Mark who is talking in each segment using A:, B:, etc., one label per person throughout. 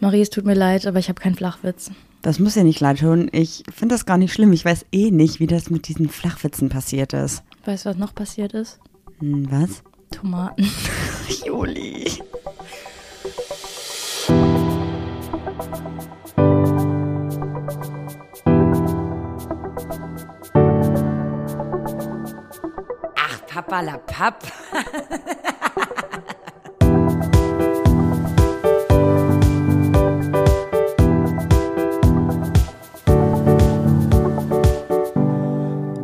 A: Marie, es tut mir leid, aber ich habe keinen Flachwitz.
B: Das muss ja nicht leid tun. Ich finde das gar nicht schlimm. Ich weiß eh nicht, wie das mit diesen Flachwitzen passiert ist.
A: Weißt du, was noch passiert ist?
B: Hm, was?
A: Tomaten.
B: Juli.
C: Ach, Papa la Papp.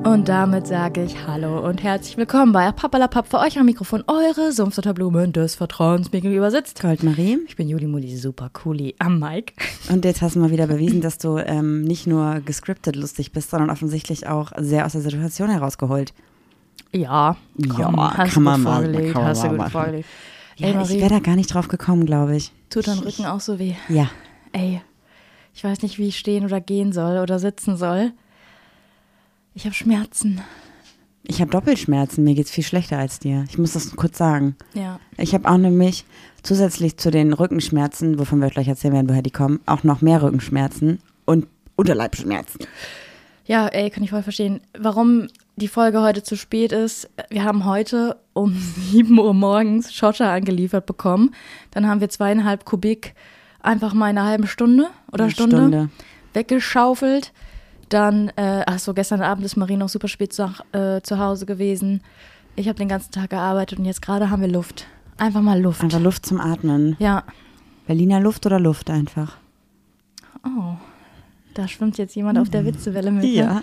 A: Und damit sage ich Hallo und herzlich willkommen bei Pappalapapp für euch am Mikrofon eure Sumpfdotterblumen des Vertrauens mir gegenüber sitzt.
B: Goldmarie.
A: Ich bin Juli Muli, super cooli am Mic.
B: Und jetzt hast du mal wieder bewiesen, dass du ähm, nicht nur gescriptet lustig bist, sondern offensichtlich auch sehr aus der Situation herausgeholt.
A: Ja,
B: Ja,
A: komm, hast
B: kann
A: du
B: man
A: gut
B: mal-
A: vorgelegt,
B: kann man
A: hast du
B: mal
A: gut
B: machen.
A: vorgelegt.
B: Ja,
A: Ey,
B: Äh, ich
A: Marie,
B: wäre da gar nicht drauf gekommen, glaube ich.
A: tut dein Rücken auch so weh.
B: Ja.
A: Ey, ich weiß nicht, wie ich stehen oder gehen soll oder sitzen soll. Ich habe Schmerzen.
B: Ich habe Doppelschmerzen. Mir geht's viel schlechter als dir. Ich muss das kurz sagen.
A: Ja.
B: Ich habe auch nämlich zusätzlich zu den Rückenschmerzen, wovon wir gleich erzählen werden, woher die kommen, auch noch mehr Rückenschmerzen und Unterleibschmerzen.
A: Ja, ey, kann ich voll verstehen. Warum die Folge heute zu spät ist, wir haben heute um 7 Uhr morgens Schotter angeliefert bekommen. Dann haben wir zweieinhalb Kubik einfach mal in einer halben Stunde oder
B: Eine
A: Stunde,
B: Stunde.
A: weggeschaufelt. Dann, äh, ach so, gestern Abend ist Marie noch super spät zu, äh, zu Hause gewesen. Ich habe den ganzen Tag gearbeitet und jetzt gerade haben wir Luft. Einfach mal Luft.
B: Einfach Luft zum Atmen.
A: ja.
B: Berliner Luft oder Luft einfach?
A: Oh, da schwimmt jetzt jemand auf der Witzewelle mit. ne?
B: Mhm. Ja.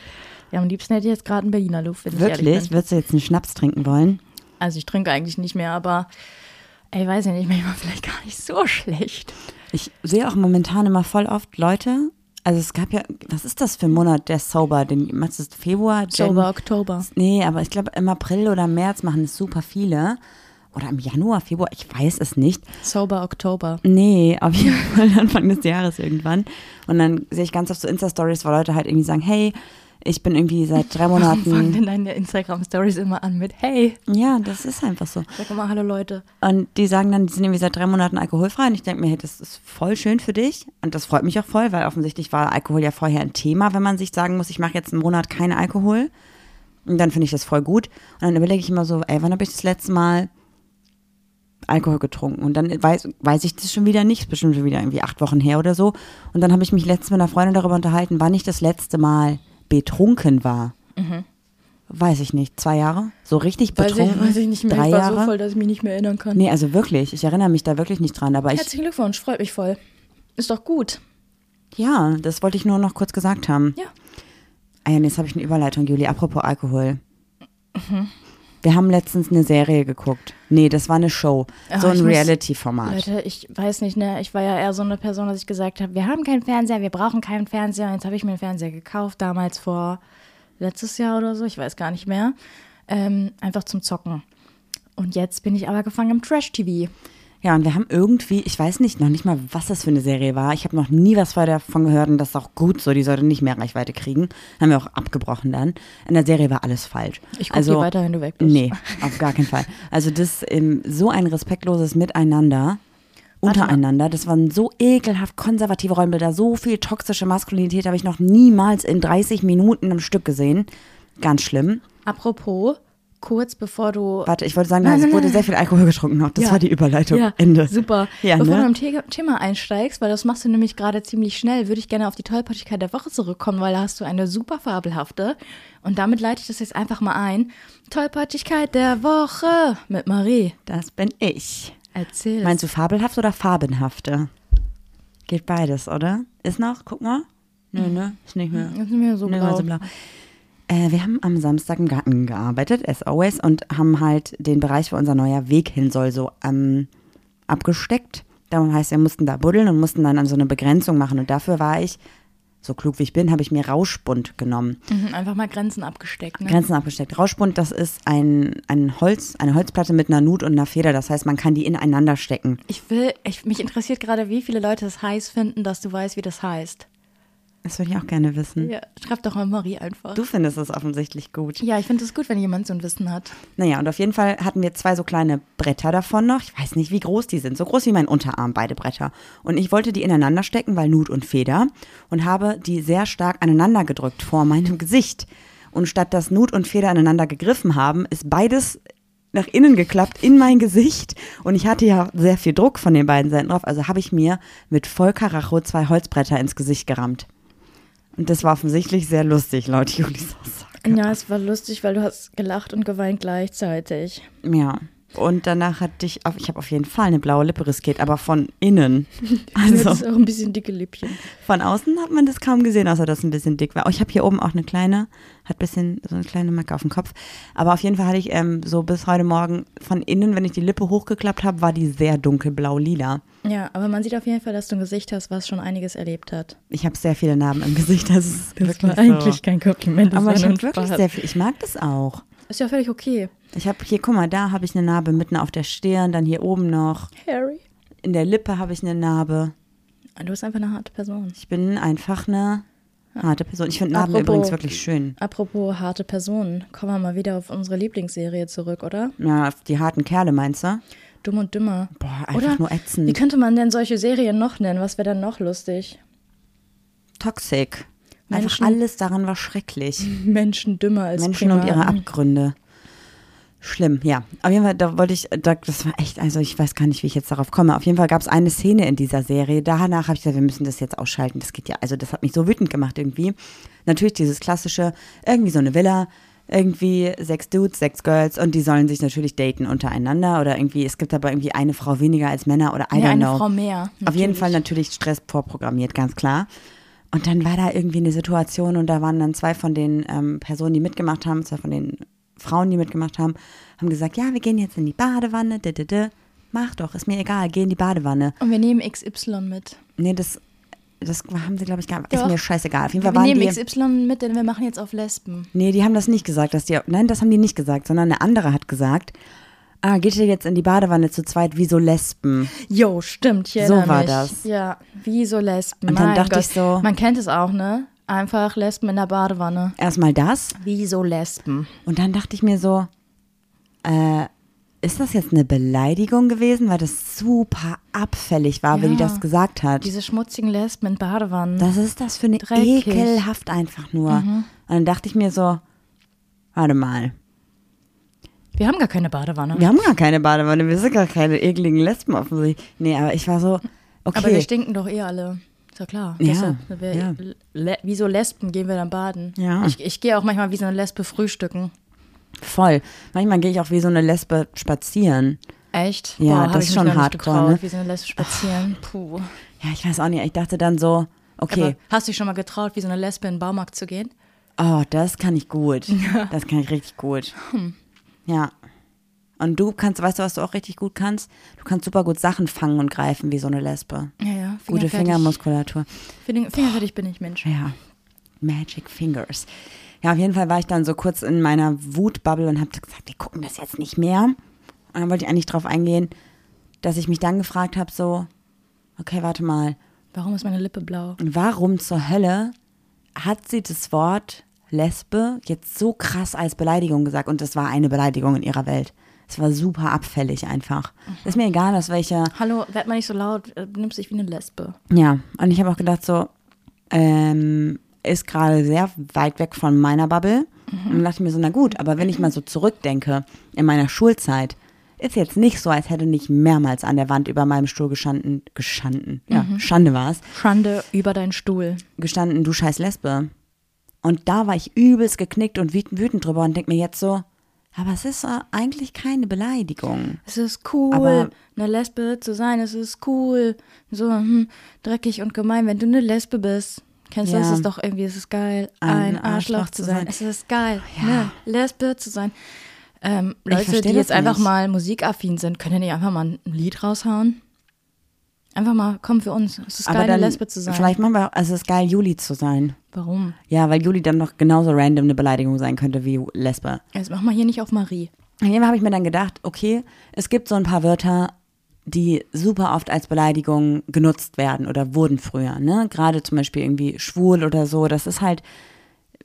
A: Ja, am liebsten hätte ich jetzt gerade einen Berliner Luft, wenn ich ehrlich bin.
B: Wirklich? Würdest du jetzt einen Schnaps trinken wollen?
A: Also ich trinke eigentlich nicht mehr, aber ey, weiß ja nicht, manchmal vielleicht gar nicht so schlecht.
B: Ich sehe auch momentan immer voll oft Leute. Also es gab ja, was ist das für ein Monat, der Sober? Den, meinst du, Februar? Jan-
A: Sober Oktober.
B: Nee, aber ich glaube, im April oder März machen es super viele. Oder im Januar, Februar, ich weiß es nicht.
A: Sober Oktober.
B: Nee, auf jeden Fall Anfang des Jahres irgendwann. Und dann sehe ich ganz oft so Insta-Stories, wo Leute halt irgendwie sagen, hey, ich bin irgendwie seit drei
A: Fangen
B: Monaten.
A: denn deine Instagram-Stories immer an mit Hey,
B: Ja, das ist einfach so.
A: sag mal Hallo Leute.
B: Und die sagen dann, die sind irgendwie seit drei Monaten alkoholfrei. Und ich denke mir, hey, das ist voll schön für dich. Und das freut mich auch voll, weil offensichtlich war Alkohol ja vorher ein Thema, wenn man sich sagen muss, ich mache jetzt einen Monat keinen Alkohol. Und dann finde ich das voll gut. Und dann überlege ich immer so, ey, wann habe ich das letzte Mal Alkohol getrunken? Und dann weiß, weiß ich das schon wieder nicht. Ist bestimmt schon wieder irgendwie acht Wochen her oder so. Und dann habe ich mich letztens mit einer Freundin darüber unterhalten, wann ich das letzte Mal betrunken war. Weiß ich nicht. Zwei Jahre? So richtig betrunken? Drei Jahre?
A: dass ich mich nicht mehr erinnern kann.
B: Nee, also wirklich, ich erinnere mich da wirklich nicht dran, aber ich,
A: Herzlichen Glückwunsch, freut mich voll. Ist doch gut.
B: ja, das wollte ich nur noch kurz gesagt haben.
A: Ja.
B: Ah ja, nee, jetzt habe ich eine Überleitung, Juli, apropos Alkohol.
A: Mhm.
B: Wir haben letztens eine Serie geguckt. Nee, das war eine Show, so
A: Ah, ich muss-
B: ein Reality-Format.
A: Leute, ich weiß nicht, ne? Ich war ja eher so eine Person, dass ich gesagt habe, wir haben keinen Fernseher, wir brauchen keinen Fernseher. Und Jetzt habe ich mir einen Fernseher gekauft, damals vor letztes Jahr oder so, ich weiß gar nicht mehr. Ähm, einfach zum Zocken. Und jetzt bin ich aber gefangen im Trash-TV.
B: Ja, und wir haben irgendwie, ich weiß nicht, noch nicht mal, was das für eine Serie war. Ich habe noch nie was vorher davon gehört und das ist auch gut so, die sollte nicht mehr Reichweite kriegen. Haben wir auch abgebrochen dann. In der Serie war alles falsch.
A: Ich
B: Also,
A: guck die weiter, wenn du weg bist.
B: Nee, auf gar keinen Fall. Also das, ähm, so ein respektloses Miteinander,
A: Warte mal.
B: untereinander, das waren so ekelhaft konservative Rollenbilder, so viel toxische Maskulinität habe ich noch niemals in 30 Minuten am Stück gesehen. Ganz schlimm.
A: Apropos, kurz bevor du.
B: Warte, ich wollte sagen, es wurde sehr viel Alkohol getrunken noch. Das
A: Ja.
B: war die Überleitung.
A: Ja,
B: Ende.
A: Super.
B: Ja,
A: Bevor
B: ne?
A: du am The Thema einsteigst, weil das machst du nämlich gerade ziemlich schnell, würde ich gerne auf die Tollpatschigkeit der Woche zurückkommen, weil da hast du eine super fabelhafte. Und damit leite ich das jetzt einfach mal ein. Tollpatschigkeit der Woche mit Marie.
B: Das bin ich.
A: Erzähl.
B: Meinst du fabelhaft oder farbenhafte? Geht beides, oder? Ist noch? Guck mal. Nö, ne? Ist nicht mehr.
A: Ist nicht mehr so genau.
B: Nö,
A: blau.
B: war so blau. Äh, wir haben am Samstag im Garten gearbeitet, as always, und haben halt den Bereich, wo unser neuer Weg hin soll, so ähm, abgesteckt. Darum heißt, wir mussten da buddeln und mussten dann an so eine Begrenzung machen. Und dafür war ich, so klug wie ich bin, habe ich mir Rauschbund genommen.
A: Mhm, Einfach mal Grenzen abgesteckt. Ne?
B: Grenzen abgesteckt. Rauschbund, das ist ein, ein Holz, eine Holzplatte mit einer Nut und einer Feder. Das heißt, man kann die ineinander stecken.
A: Ich will, ich, mich interessiert gerade, wie viele Leute es heiß finden, dass du weißt, wie das heißt.
B: Das würde ich auch gerne wissen.
A: Ja, schreib doch mal Marie einfach.
B: Mhm. Du findest es offensichtlich gut.
A: Ja, ich finde es gut, wenn jemand so ein Wissen hat.
B: Naja, und auf jeden Fall hatten wir zwei so kleine Bretter davon noch. Ich weiß nicht, wie groß die sind. So groß wie mein Unterarm, beide Bretter. Und ich wollte die ineinander stecken, weil Nut und Feder. Und habe die sehr stark aneinander gedrückt vor meinem Gesicht. Und statt dass Nut und Feder aneinander gegriffen haben, ist beides nach innen geklappt in mein Gesicht. Und ich hatte ja sehr viel Druck von den beiden Seiten drauf. Also habe ich mir mit Vollkaracho zwei Holzbretter ins Gesicht gerammt. Und das war offensichtlich sehr lustig, laut Julis Aussage.
A: Ja, es war lustig, weil du hast gelacht und geweint gleichzeitig.
B: Ja. Und danach hatte ich, auf, ich habe auf jeden Fall eine blaue Lippe riskiert, aber von innen. Also
A: Das ist auch ein bisschen dicke Lippchen.
B: von außen hat man das kaum gesehen, außer dass es ein bisschen dick war. Oh, ich habe hier oben auch eine kleine, hat bisschen so eine kleine Macke auf dem Kopf. Aber auf jeden Fall hatte ich ähm, so bis heute Morgen von innen, wenn ich die Lippe hochgeklappt habe, war die sehr dunkelblau-lila.
A: Ja, aber man sieht auf jeden Fall, dass du ein Gesicht hast, was schon einiges erlebt hat.
B: Ich habe sehr viele Narben im Gesicht. Das ist wirklich so.
A: kein Kompliment.
B: Aber ich habe wirklich sehr viel. Ich mag das auch.
A: Ist ja völlig okay.
B: Ich habe hier, guck mal, da habe ich eine Narbe mitten auf der Stirn, dann hier oben noch.
A: Harry.
B: In der Lippe habe ich eine Narbe.
A: Du bist einfach eine harte Person.
B: Ich bin einfach eine harte Person. Ich finde Narben
A: Apropos-
B: übrigens wirklich schön.
A: Apropos harte Personen, kommen wir mal wieder auf unsere Lieblingsserie zurück, oder?
B: Ja, auf die harten Kerle meinst du?
A: Dumm und Dümmer.
B: Boah, einfach
A: oder?
B: nur ätzend.
A: Wie könnte man denn solche Serien noch nennen? Was wäre dann noch lustig?
B: Toxic.
A: Menschen-
B: Einfach alles daran war schrecklich.
A: Menschen dümmer als
B: Menschen
A: prima.
B: und ihre Abgründe. Schlimm, ja. Auf jeden Fall, da wollte ich, da, das war echt, also ich weiß gar nicht, wie ich jetzt darauf komme. Auf jeden Fall gab es eine Szene in dieser Serie. Danach habe ich gesagt, wir müssen das jetzt ausschalten. Das geht ja, also das hat mich so wütend gemacht irgendwie. Natürlich dieses klassische, irgendwie so eine Villa, irgendwie sechs Dudes, sechs Girls und die sollen sich natürlich daten untereinander oder irgendwie, es gibt aber irgendwie eine Frau weniger als Männer oder
A: Ja,
B: I don't
A: eine
B: know.
A: Frau mehr,
B: Auf jeden
A: natürlich.
B: Fall natürlich Stress vorprogrammiert, ganz klar. Und dann war da irgendwie eine Situation und da waren dann zwei von den ähm, Personen, die mitgemacht haben, zwei von den Frauen, die mitgemacht haben, haben gesagt, ja, wir gehen jetzt in die Badewanne, d -d -d. mach doch, ist mir egal, geh in die Badewanne.
A: Und wir nehmen XY mit.
B: Nee, das, das haben sie, glaube ich, gar ist
A: Doch.
B: mir scheißegal. Auf jeden
A: Wir
B: Fall waren
A: nehmen
B: die,
A: XY mit, denn wir machen jetzt auf Lesben.
B: nee, die haben das nicht gesagt, dass die, nein, das haben die nicht gesagt, sondern eine andere hat gesagt, ah, geht ihr jetzt in die Badewanne zu zweit wie so Lesben?
A: Jo, stimmt. Ich
B: So
A: erinnere
B: war
A: mich.
B: das.
A: Ja, wie so Lesben.
B: Und dann
A: mein
B: dachte
A: Gott.
B: ich so-
A: Man kennt es auch, ne? Einfach Lesben in der Badewanne.
B: Erstmal das
A: Wie so Lesben.
B: Und dann dachte ich mir so, äh, ist das jetzt eine Beleidigung gewesen, weil das super abfällig war, wenn die
A: Ja.
B: das gesagt hat.
A: Diese schmutzigen Lesben in Badewannen.
B: das ist das für eine
A: Dreckig. Mhm.
B: ekelhaft einfach nur. Und dann dachte ich mir so, warte mal,
A: wir haben gar keine Badewanne.
B: wir haben gar keine Badewanne, wir sind gar keine ekligen Lesben offensichtlich. Nee, aber ich war so, okay.
A: Aber wir stinken doch eh alle. Ist ja klar.
B: Ja,
A: Deshalb, ne, wir,
B: ja.
A: Le wie so Lesben gehen wir dann baden.
B: Ja.
A: Ich, ich gehe auch manchmal wie so eine Lesbe frühstücken.
B: voll. Manchmal gehe ich auch wie so eine Lesbe spazieren.
A: Echt?
B: Ja,
A: Boah, hab
B: das
A: ich mich
B: ist schon
A: noch nicht
B: hardcore,
A: getraut,
B: ne?
A: Wie so eine Lesbe spazieren. Puh.
B: Ja, ich weiß auch nicht, ich dachte dann so, okay,
A: Aber hast du dich schon mal getraut, wie so eine Lesbe in den Baumarkt zu gehen?
B: Oh, das kann ich gut. Das kann ich richtig gut. Ja. Und du kannst, weißt du, was du auch richtig gut kannst? Du kannst super gut Sachen fangen und greifen wie so eine Lesbe.
A: Ja, ja.
B: Gute
A: Fingerfertig.
B: Fingermuskulatur.
A: Finger- Fingerfertig bin ich, Mensch.
B: Ja. Magic Fingers. Ja, auf jeden Fall war ich dann so kurz in meiner Wutbubble und habe gesagt, wir gucken das jetzt nicht mehr. Und dann wollte ich eigentlich drauf eingehen, dass ich mich dann gefragt habe, so, okay, warte mal,
A: Warum ist meine Lippe blau?
B: warum zur Hölle hat sie das Wort Lesbe jetzt so krass als Beleidigung gesagt? Und das war eine Beleidigung in ihrer Welt. Es war super abfällig einfach. Ist mir egal, aus welcher.
A: Hallo, werd mal nicht so laut, äh, benimmst dich wie eine Lesbe.
B: Ja, und ich habe auch gedacht, so, ähm, ist gerade sehr weit weg von meiner Bubble. Und dann dachte ich mir so, na gut, aber wenn ich mal so zurückdenke in meiner Schulzeit, ist jetzt nicht so, als hätte nicht mehrmals an der Wand über meinem Stuhl gestanden, gestanden, ja, Schande war es,
A: Schande über deinen Stuhl.
B: gestanden, du scheiß Lesbe. Und da war ich übelst geknickt und wüt- wütend drüber und denk mir jetzt so, aber es ist äh, eigentlich keine Beleidigung.
A: Es ist cool,
B: Aber-
A: eine Lesbe zu sein, es ist cool. So, hm, dreckig und gemein, wenn du eine Lesbe bist. Kennst du
B: Ja.
A: das? Es ist doch irgendwie, es ist geil, ein,
B: Ein
A: Arschloch, zu sein. Es ist geil, eine Lesbe zu sein. Ähm, Leute,
B: Oh, versteh
A: die
B: das
A: jetzt einfach
B: nicht.
A: mal musikaffin sind, können ja nicht einfach mal ein Lied raushauen. Einfach mal, komm für uns. Es ist geil,
B: Aber dann,
A: eine Lesbe zu sein.
B: Vielleicht machen wir, auch- also es ist geil, Juli zu sein.
A: Warum?
B: Ja, weil Juli dann noch genauso random eine Beleidigung sein könnte wie Lesbe.
A: Jetzt mach mal hier nicht auf Marie.
B: Auf jeden Fall habe ich mir dann gedacht, okay, es gibt so ein paar Wörter, die super oft als Beleidigung genutzt werden oder wurden früher. Ne? Gerade zum Beispiel irgendwie schwul oder so. Das ist halt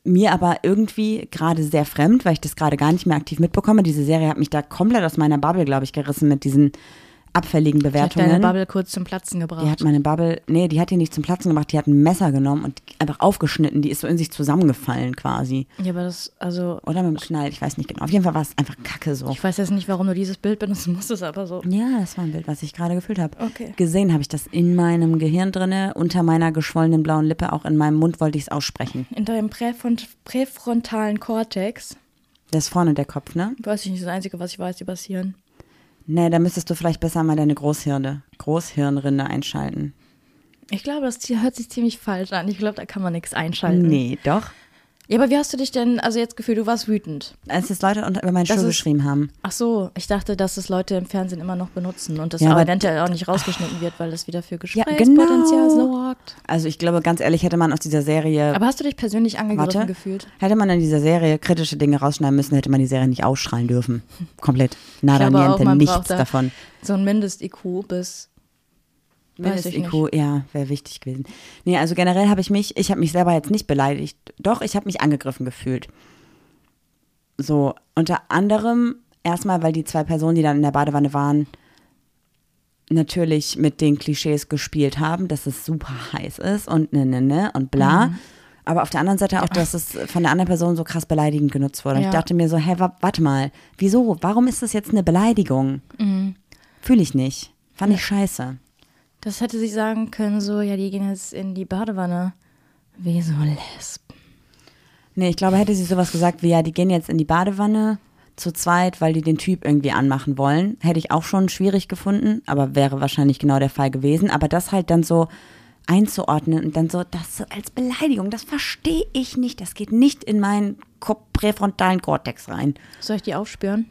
B: mir aber irgendwie gerade sehr fremd, weil ich das gerade gar nicht mehr aktiv mitbekomme. Diese Serie hat mich da komplett aus meiner Bubble, glaube ich, gerissen mit diesen abfälligen
A: Hat deine
B: Bewertungen.
A: Bubble kurz zum Platzen gebracht.
B: Die hat meine Bubble, nee, die hat die nicht zum Platzen gemacht, die hat ein Messer genommen und einfach aufgeschnitten. Die ist so in sich zusammengefallen quasi.
A: ja, aber das, also,
B: Oder mit dem Knall, ich weiß nicht genau. Auf jeden Fall war es einfach kacke so.
A: ich weiß jetzt nicht, warum du dieses Bild benutzen musstest, aber so.
B: Ja, das war ein Bild, was ich gerade gefühlt habe.
A: Okay.
B: Gesehen habe ich das in meinem Gehirn drinne, unter meiner geschwollenen blauen Lippe, auch in meinem Mund wollte ich es aussprechen.
A: In deinem Präfront präfrontalen Kortex,
B: Das ist vorne der Kopf, ne?
A: weiß ich nicht, das Einzige, was ich weiß, die passieren.
B: Nee, da müsstest du vielleicht besser mal deine Großhirne, Großhirnrinde einschalten.
A: Ich glaube, das hört sich ziemlich falsch an. Ich glaube, da kann man nichts einschalten.
B: Nee, doch.
A: Ja, aber wie hast du dich denn, also jetzt gefühlt, du warst wütend?
B: Als es Leute unter, über meinen Schuh
A: ist-
B: geschrieben haben.
A: Ach so, ich dachte, dass es Leute im Fernsehen immer noch benutzen und das
B: Ja,
A: aber
B: aber-
A: eventuell auch nicht rausgeschnitten wird, weil das wieder für
B: genau.
A: Gesprächspotenzial sorgt.
B: Also ich glaube, ganz ehrlich, hätte man aus dieser Serie
A: Aber hast du dich persönlich angegriffen
B: Warte.
A: gefühlt?
B: Hätte man in dieser Serie kritische Dinge rausschneiden müssen, hätte man die Serie nicht ausstrahlen dürfen. Komplett. Nada
A: glaube auch,
B: niente,
A: man
B: nichts
A: braucht da-
B: davon.
A: So ein Mindest-IQ bis, weiß ich nicht.
B: IQ, ja, wäre wichtig gewesen. Nee, also generell habe ich mich, ich habe mich selber jetzt nicht beleidigt. Doch, ich habe mich angegriffen gefühlt. So, unter anderem erstmal, weil die zwei Personen, die dann in der Badewanne waren, natürlich mit den Klischees gespielt haben, dass es super heiß ist und ne, ne, ne und bla.
A: Mhm.
B: Aber auf der anderen Seite auch, dass es von der anderen Person so krass beleidigend genutzt wurde. Und
A: Ja.
B: Ich dachte mir so, hä, wa- warte mal, wieso? Warum ist das jetzt eine Beleidigung?
A: Mhm.
B: Fühle ich nicht. Fand ich scheiße.
A: das hätte sich sagen können, so, ja, die gehen jetzt in die Badewanne. Wie so Lesben.
B: Nee, ich glaube, hätte sie sowas gesagt wie, ja, die gehen jetzt in die Badewanne zu zweit, weil die den Typ irgendwie anmachen wollen. Hätte ich auch schon schwierig gefunden, aber wäre wahrscheinlich genau der Fall gewesen. Aber das halt dann so einzuordnen und dann so, das so als Beleidigung, das verstehe ich nicht. Das geht nicht in meinen Ko- präfrontalen Kortex rein.
A: Soll ich die aufspüren?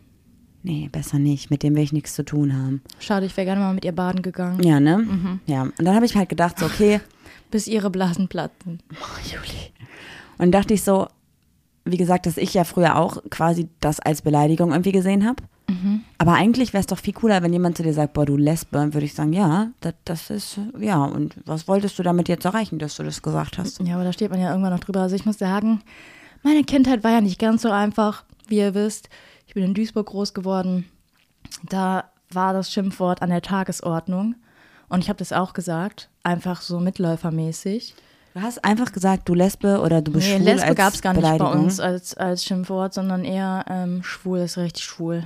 B: Nee, besser nicht. Mit dem will ich nichts zu tun haben.
A: Schade, ich wäre gerne mal mit ihr baden gegangen,
B: Ja, ne? Ja. Und dann habe ich halt gedacht, so, okay,
A: bis ihre Blasen platzen.
B: Oh, Juli. Und dachte ich so, wie gesagt, dass ich ja früher auch quasi das als Beleidigung irgendwie gesehen habe.
A: Mhm.
B: Aber eigentlich wäre es doch viel cooler, wenn jemand zu dir sagt, boah, du Lesbe, würde ich sagen, ja, das, das ist, ja, und was wolltest du damit jetzt erreichen, dass du das gesagt hast?
A: Ja, aber da steht man ja irgendwann noch drüber. Also ich muss sagen, meine Kindheit war ja nicht ganz so einfach, wie ihr wisst. Ich bin in Duisburg groß geworden. Da war das Schimpfwort an der Tagesordnung. Und ich habe das auch gesagt, einfach so mitläufermäßig.
B: Du hast einfach gesagt, du Lesbe oder du bist
A: Nee,
B: schwul
A: Lesbe
B: als
A: gab es gar nicht bei
B: Beleidigung.
A: uns als, als Schimpfwort, sondern eher ähm, schwul ist richtig schwul.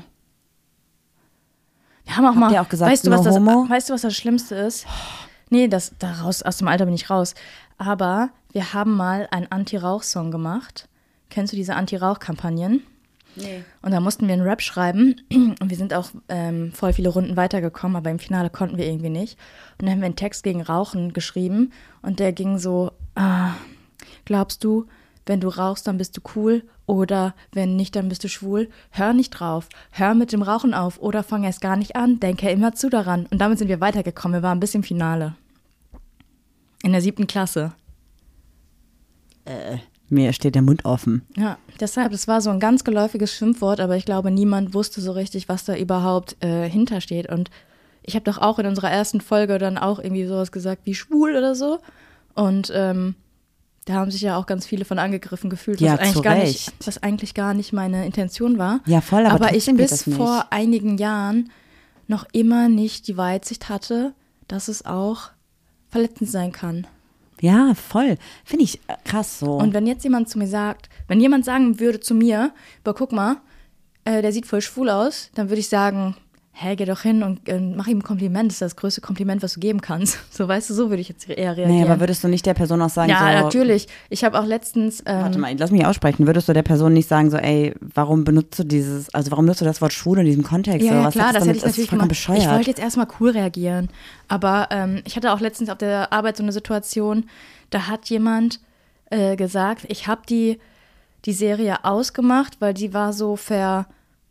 A: Wir haben auch mal.
B: ihr auch gesagt,
A: weißt, du,
B: no
A: was das,
B: homo?
A: weißt du, was das Schlimmste ist? Nee, das, da raus, aus dem Alter bin ich raus. Aber wir haben mal einen Anti-Rauch-Song gemacht. Kennst du diese Anti-Rauch-Kampagnen? Nee. Und da mussten wir einen Rap schreiben und wir sind auch ähm, voll viele Runden weitergekommen, aber im Finale konnten wir irgendwie nicht. Und dann haben wir einen Text gegen Rauchen geschrieben und der ging so, ah, glaubst du, wenn du rauchst, dann bist du cool oder wenn nicht, dann bist du schwul. Hör nicht drauf, hör mit dem Rauchen auf oder fang erst gar nicht an, denke immer zu daran. Und damit sind wir weitergekommen, wir waren bis im Finale. In der siebten Klasse.
B: Mir steht der Mund offen.
A: Ja, deshalb, es war so ein ganz geläufiges Schimpfwort, aber ich glaube, niemand wusste so richtig, was da überhaupt äh, hintersteht. Und ich habe doch auch in unserer ersten Folge dann auch irgendwie sowas gesagt wie schwul oder so. Und ähm, da haben sich ja auch ganz viele von angegriffen gefühlt,
B: Ja,
A: was, eigentlich
B: zu
A: gar
B: Recht.
A: nicht, was eigentlich gar nicht meine Intention war.
B: Ja, voll, aber
A: ich
B: trotzdem geht
A: bis
B: das nicht.
A: vor einigen Jahren noch immer nicht die Weitsicht hatte, dass es auch verletzend sein kann.
B: Ja, voll. Finde ich äh, krass so.
A: Und wenn jetzt jemand zu mir sagt, wenn jemand sagen würde zu mir, aber guck mal, äh, der sieht voll schwul aus, dann würde ich sagen, hä, geh doch hin und äh, mach ihm ein Kompliment, das ist das größte Kompliment, was du geben kannst. So, weißt du, so würde ich jetzt eher reagieren.
B: nee, aber also würdest du nicht der Person auch sagen,
A: ja,
B: so,
A: natürlich. Ich habe auch letztens, ähm,
B: Warte mal, lass mich aussprechen. Würdest du der Person nicht sagen, so, ey, warum benutzt du dieses, also warum nutzt du das Wort schwul in diesem Kontext?
A: ja,
B: so,
A: ja
B: was
A: klar,
B: hat
A: das
B: damit-
A: hätte ich
B: das ist
A: natürlich
B: vollkommen
A: gemacht. Ich
B: bescheuert.
A: wollte jetzt erstmal cool reagieren, aber ähm, ich hatte auch letztens auf der Arbeit so eine Situation, da hat jemand äh, gesagt, ich habe die, die Serie ausgemacht, weil die war so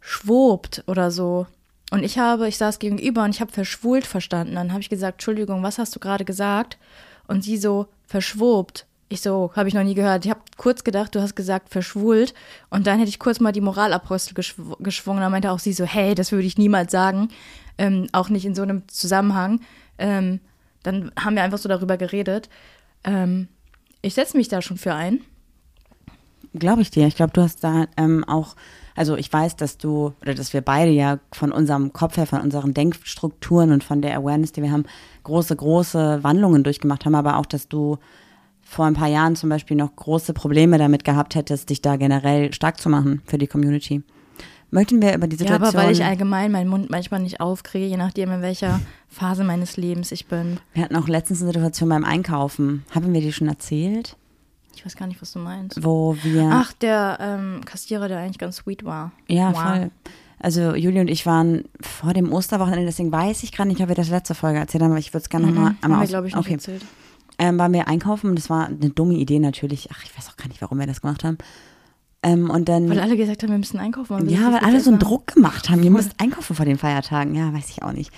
A: verschwobt oder so. Und ich habe, ich saß gegenüber und ich habe verschwult verstanden. Dann habe ich gesagt, Entschuldigung, was hast du gerade gesagt? Und sie so, verschwobt. Ich so, habe ich noch nie gehört. Ich habe kurz gedacht, du hast gesagt verschwult. Und dann hätte ich kurz mal die Moralapostel geschw geschwungen. Da meinte auch sie so, hey, das würde ich niemals sagen. Ähm, auch nicht in so einem Zusammenhang. Ähm, dann haben wir einfach so darüber geredet. Ähm, ich setze mich da schon für ein.
B: Glaube ich dir. Ich glaube, du hast da ähm, auch, also ich weiß, dass du, oder dass wir beide ja von unserem Kopf her, von unseren Denkstrukturen und von der Awareness, die wir haben, große, große Wandlungen durchgemacht haben, aber auch, dass du vor ein paar Jahren zum Beispiel noch große Probleme damit gehabt hättest, dich da generell stark zu machen für die Community. Möchten wir über die
A: Ja,
B: Situation.
A: aber weil ich allgemein meinen Mund manchmal nicht aufkriege, je nachdem, in welcher Phase meines Lebens ich bin.
B: wir hatten auch letztens eine Situation beim Einkaufen. Haben wir die schon erzählt?
A: Ich weiß gar nicht, was du meinst.
B: Wo wir.
A: Ach, der ähm, Kassierer, der eigentlich ganz sweet war.
B: Ja,
A: Wow.
B: voll. Also Juli und ich waren vor dem Osterwochenende, deswegen weiß ich gerade nicht, ob wir das letzte Folge erzählt haben, aber ich würde es gerne nochmal
A: Mhm, Haben
B: einmal
A: wir,
B: aus-
A: glaube ich, nicht
B: okay.
A: erzählt.
B: ähm, waren wir einkaufen und das war eine dumme Idee natürlich. Ach, ich weiß auch gar nicht, warum wir das gemacht haben. Ähm, und dann,
A: Weil alle gesagt haben, wir müssen einkaufen. aber wir
B: ja,
A: wissen
B: weil
A: nicht,
B: alle
A: was
B: so einen
A: wir-
B: Druck gemacht haben. Ihr müsst einkaufen vor den Feiertagen. Ja, weiß ich auch nicht.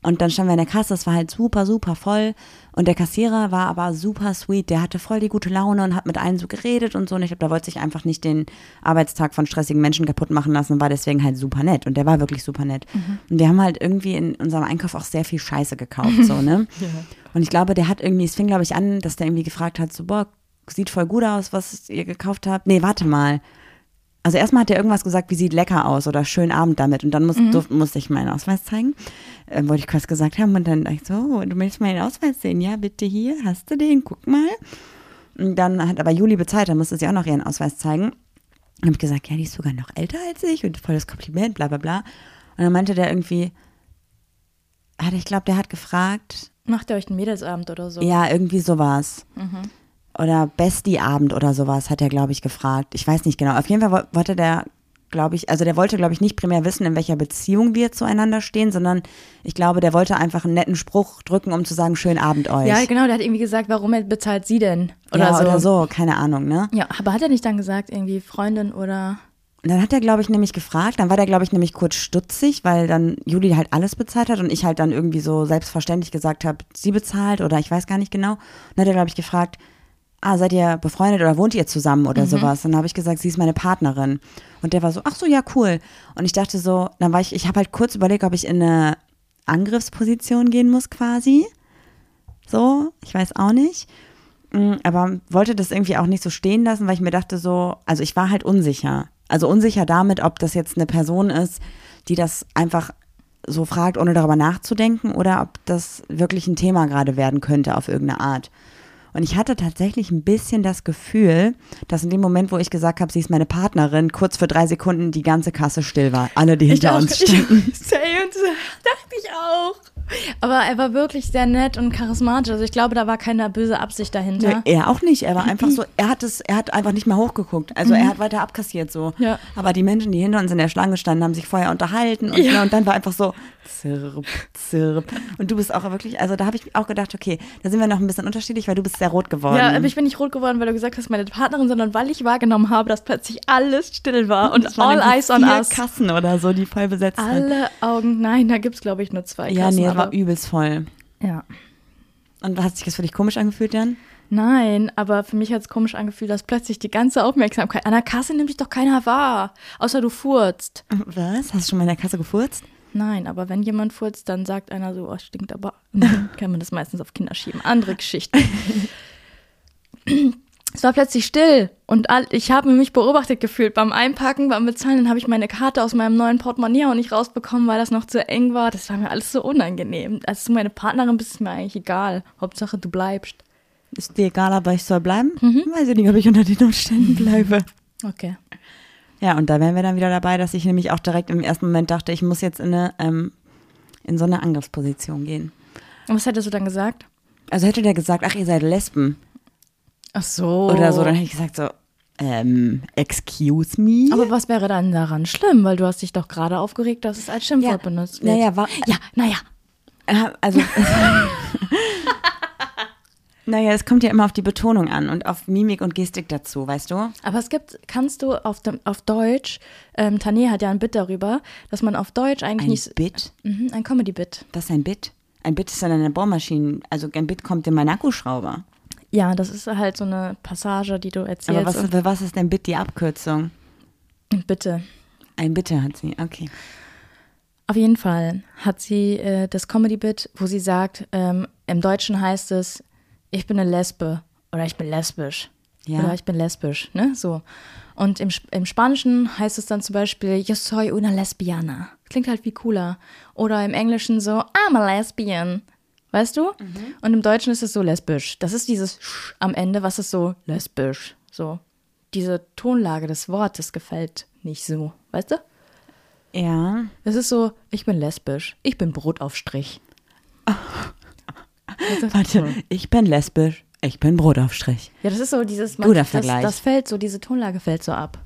B: Und dann standen wir in der Kasse, es war halt super, super voll. Und der Kassierer war aber super sweet. Der hatte voll die gute Laune und hat mit allen so geredet und so. Und ich glaube, da wollte sich einfach nicht den Arbeitstag von stressigen Menschen kaputt machen lassen und war deswegen halt super nett. Und der war wirklich super nett. Und wir haben halt irgendwie in unserem Einkauf auch sehr viel Scheiße gekauft, so, ne? Und ich glaube, der hat irgendwie, es fing, glaube ich, an, dass der irgendwie gefragt hat, so, boah, sieht voll gut aus, was ihr gekauft habt. Nee, warte mal. Also erstmal hat er irgendwas gesagt, wie sieht lecker aus oder schönen Abend damit. Und dann muss, durf, musste ich meinen Ausweis zeigen. Äh, wollte ich kurz gesagt haben. Und dann dachte ich so, oh, du möchtest meinen Ausweis sehen? Ja, bitte hier, hast du den? Guck mal. Und dann hat aber Juli bezahlt, dann musste sie auch noch ihren Ausweis zeigen. Dann habe ich gesagt, ja, die ist sogar noch älter als ich und volles Kompliment, bla bla bla. Und dann meinte der irgendwie, hat, ich glaube, der hat gefragt,
A: Macht ihr euch einen Mädelsabend oder so?
B: ja, irgendwie sowas.
A: Mhm.
B: Oder Bestie-Abend oder sowas hat er, glaube ich, gefragt. Ich weiß nicht genau. Auf jeden Fall wo- wollte der, glaube ich, also der wollte, glaube ich, nicht primär wissen, in welcher Beziehung wir zueinander stehen, sondern ich glaube, der wollte einfach einen netten Spruch drücken, um zu sagen, schönen Abend euch.
A: Ja, genau, der hat irgendwie gesagt, warum er bezahlt sie denn? Oder,
B: ja,
A: so.
B: oder so, keine Ahnung, ne?
A: Ja, aber hat er nicht dann gesagt, irgendwie Freundin oder.
B: Und dann hat er, glaube ich, nämlich gefragt, dann war der, glaube ich, nämlich kurz stutzig, weil dann Juli halt alles bezahlt hat und ich halt dann irgendwie so selbstverständlich gesagt habe, sie bezahlt oder ich weiß gar nicht genau. Und dann hat er, glaube ich, gefragt, ah, seid ihr befreundet oder wohnt ihr zusammen oder sowas? Und dann habe ich gesagt, sie ist meine Partnerin. Und der war so, ach so, ja, cool. Und ich dachte so, dann war ich, ich habe halt kurz überlegt, ob ich in eine Angriffsposition gehen muss quasi. So, ich weiß auch nicht. Mm, Aber wollte das irgendwie auch nicht so stehen lassen, weil ich mir dachte so, also ich war halt unsicher. Also unsicher damit, ob das jetzt eine Person ist, die das einfach so fragt, ohne darüber nachzudenken, oder ob das wirklich ein Thema gerade werden könnte auf irgendeine Art. Und ich hatte tatsächlich ein bisschen das Gefühl, dass in dem Moment, wo ich gesagt habe, sie ist meine Partnerin, kurz für drei Sekunden die ganze Kasse still war. Alle, die hinter uns
A: ich,
B: standen.
A: Say und so, dachte ich auch. Aber er war wirklich sehr nett und charismatisch. Also ich glaube, da war keine böse Absicht dahinter.
B: Nee, er auch nicht. Er war
A: Mhm.
B: einfach so, er hat es, er hat einfach nicht mehr hochgeguckt. Also er hat weiter abkassiert so.
A: Ja.
B: Aber die Menschen, die hinter uns in der Schlange standen, haben sich vorher unterhalten und, ne, und dann war einfach so zirp, zirp. Und du bist auch wirklich, also da habe ich auch gedacht, okay, da sind wir noch ein bisschen unterschiedlich, weil du bist sehr rot geworden.
A: Ja, aber ich bin nicht rot geworden, weil du gesagt hast, meine Partnerin, sondern weil ich wahrgenommen habe, dass plötzlich alles still war und
B: Das waren
A: all
B: irgendwie
A: eyes on
B: vier
A: us.
B: Kassen oder so, die voll besetzt waren.
A: Alle Augen, nein, da gibt's glaube ich nur zwei
B: Ja,
A: Kassen.
B: nee, das war
A: aber-
B: übelst voll.
A: ja.
B: Und hat sich das für dich komisch angefühlt, Jan?
A: Nein, aber für mich hat es komisch angefühlt, dass plötzlich die ganze Aufmerksamkeit. An der Kasse nimmt dich doch keiner wahr, außer du furzt.
B: Was? Hast du schon mal in der Kasse gefurzt?
A: Nein, aber wenn jemand furzt, dann sagt einer so, oh, stinkt aber. Und dann kann man das meistens auf Kinder schieben. Andere Geschichten. es war plötzlich still und all, ich habe mich beobachtet gefühlt beim Einpacken, beim Bezahlen. Dann habe ich meine Karte aus meinem neuen Portemonnaie auch nicht rausbekommen, weil das noch zu eng war. Das war mir alles so unangenehm. Als du meine Partnerin bist, ist mir eigentlich egal. Hauptsache, du bleibst.
B: Ist dir egal, aber ich soll bleiben?
A: Mhm.
B: Weiß ich nicht, ob ich unter den Umständen bleibe.
A: Okay.
B: Ja, und da wären wir dann wieder dabei, dass ich nämlich auch direkt im ersten Moment dachte, ich muss jetzt in, eine, ähm, in so eine Angriffsposition gehen.
A: Und was hättest du dann gesagt?
B: Also hätte der gesagt, ach, ihr seid Lesben
A: Ach so.
B: oder so, dann hätte ich gesagt so, ähm, excuse me?
A: Aber was wäre dann daran schlimm? Weil du hast dich doch gerade aufgeregt, dass es als Schimpfwort
B: Ja.
A: benutzt wird.
B: naja, war,
A: ja, naja.
B: Äh, Also. naja, es kommt ja immer auf die Betonung an und auf Mimik und Gestik dazu, weißt du?
A: Aber es gibt, kannst du auf, dem, auf Deutsch, ähm, Tané hat ja ein Bit darüber, dass man auf Deutsch eigentlich
B: Ein
A: nicht.
B: Bit?
A: Mhm, ein Comedy-Bit.
B: Was ist ein Bit? Ein Bit ist dann eine Bohrmaschine. Also ein Bit kommt in meinen Akkuschrauber.
A: Ja, das ist halt so eine Passage, die du erzählst.
B: Aber was, für was ist denn bitte die Abkürzung?
A: Und- Bitte.
B: Ein Bitte hat sie, okay.
A: Auf jeden Fall hat sie äh, das Comedy-Bit, wo sie sagt, ähm, im Deutschen heißt es, ich bin eine Lesbe oder ich bin lesbisch.
B: Ja.
A: Oder ich bin lesbisch, ne? So. Und im, Sp- im Spanischen heißt es dann zum Beispiel, yo soy una lesbiana. Klingt halt wie cooler. Oder im Englischen so, I'm a lesbian. Weißt du? Und im Deutschen ist es so lesbisch. Das ist dieses Sch am Ende, was ist so lesbisch. So. Diese Tonlage des Wortes gefällt nicht so. Weißt du?
B: Ja.
A: Es ist so, ich bin lesbisch, ich bin Brotaufstrich.
B: Warte, ich bin lesbisch, ich bin Brotaufstrich.
A: Ja, das ist so dieses
B: Guter
A: das,
B: Vergleich.
A: das fällt so, diese Tonlage fällt so ab.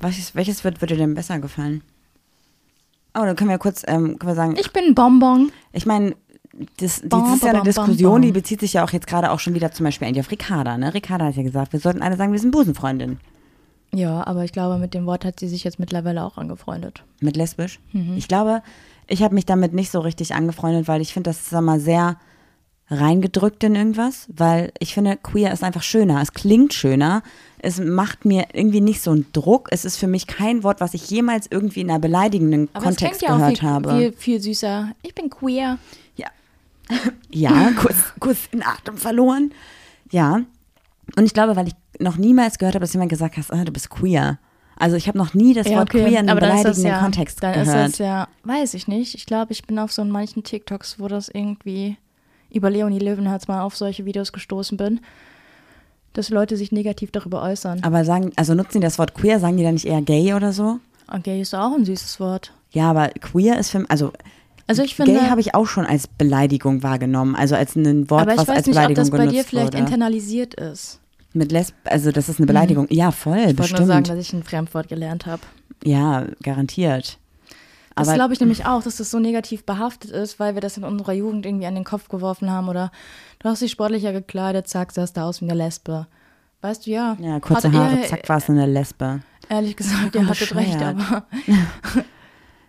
B: Welches, welches wird, würde dir denn besser gefallen? Oh, dann können wir kurz, ähm, können wir sagen,
A: Ich bin ein Bonbon.
B: ich meine, das,
A: Bom,
B: das ist ja eine
A: bom, bom,
B: Diskussion, die
A: bom.
B: bezieht sich ja auch jetzt gerade auch schon wieder zum Beispiel eigentlich auf Ricarda, ne? Ricarda hat ja gesagt, wir sollten alle sagen, wir sind Busenfreundin.
A: Ja, aber ich glaube, mit dem Wort hat sie sich jetzt mittlerweile auch angefreundet.
B: Mit lesbisch?
A: Mhm.
B: Ich glaube, ich habe mich damit nicht so richtig angefreundet, weil ich finde, das ist immer sehr reingedrückt in irgendwas, weil ich finde, queer ist einfach schöner, es klingt schöner, es macht mir irgendwie nicht so einen Druck, es ist für mich kein Wort, was ich jemals irgendwie in einer beleidigenden
A: Aber
B: Kontext
A: es klingt ja auch
B: gehört
A: viel,
B: habe.
A: Viel, viel süßer. Ich bin queer.
B: Ja. ja, kurz, kurz in Atem verloren. Ja. Und ich glaube, weil ich noch niemals gehört habe, dass jemand gesagt hat, ah, du bist queer. Also ich habe noch nie das Wort queer in
A: dann
B: einem
A: ist das
B: beleidigenden
A: ja,
B: Kontext
A: Dann
B: gehört.
A: ist das ja, weiß ich nicht. Ich glaube, ich bin auf so manchen TikToks, wo das irgendwie über Leonie Löwenherz mal auf solche Videos gestoßen bin, dass Leute sich negativ darüber äußern.
B: Aber sagen, also nutzen die das Wort queer, sagen die dann nicht eher gay oder so?
A: Und gay ist auch ein süßes Wort.
B: Ja, aber queer ist für mich, also
A: Also ich finde,
B: gay habe ich auch schon als Beleidigung wahrgenommen, also als ein Wort,
A: aber ich
B: was
A: weiß
B: als
A: nicht, ob
B: Beleidigung
A: das bei
B: genutzt
A: dir vielleicht
B: wurde.
A: internalisiert ist.
B: Mit Lesb, also das ist eine Beleidigung. Ja, voll,
A: Ich wollte
B: bestimmt.
A: nur sagen, dass ich ein Fremdwort gelernt habe.
B: ja, garantiert.
A: Das
B: Aber-
A: glaube ich nämlich auch, dass das so negativ behaftet ist, weil wir das in unserer Jugend irgendwie an den Kopf geworfen haben oder du hast dich sportlicher gekleidet, zack, sahst da aus wie eine Lesbe. Weißt du, ja.
B: Ja, kurze
A: Hat-
B: Haare,
A: ja,
B: zack, war es eine Lesbe.
A: Ehrlich gesagt, ihr hattet recht,
B: bescheuert.
A: aber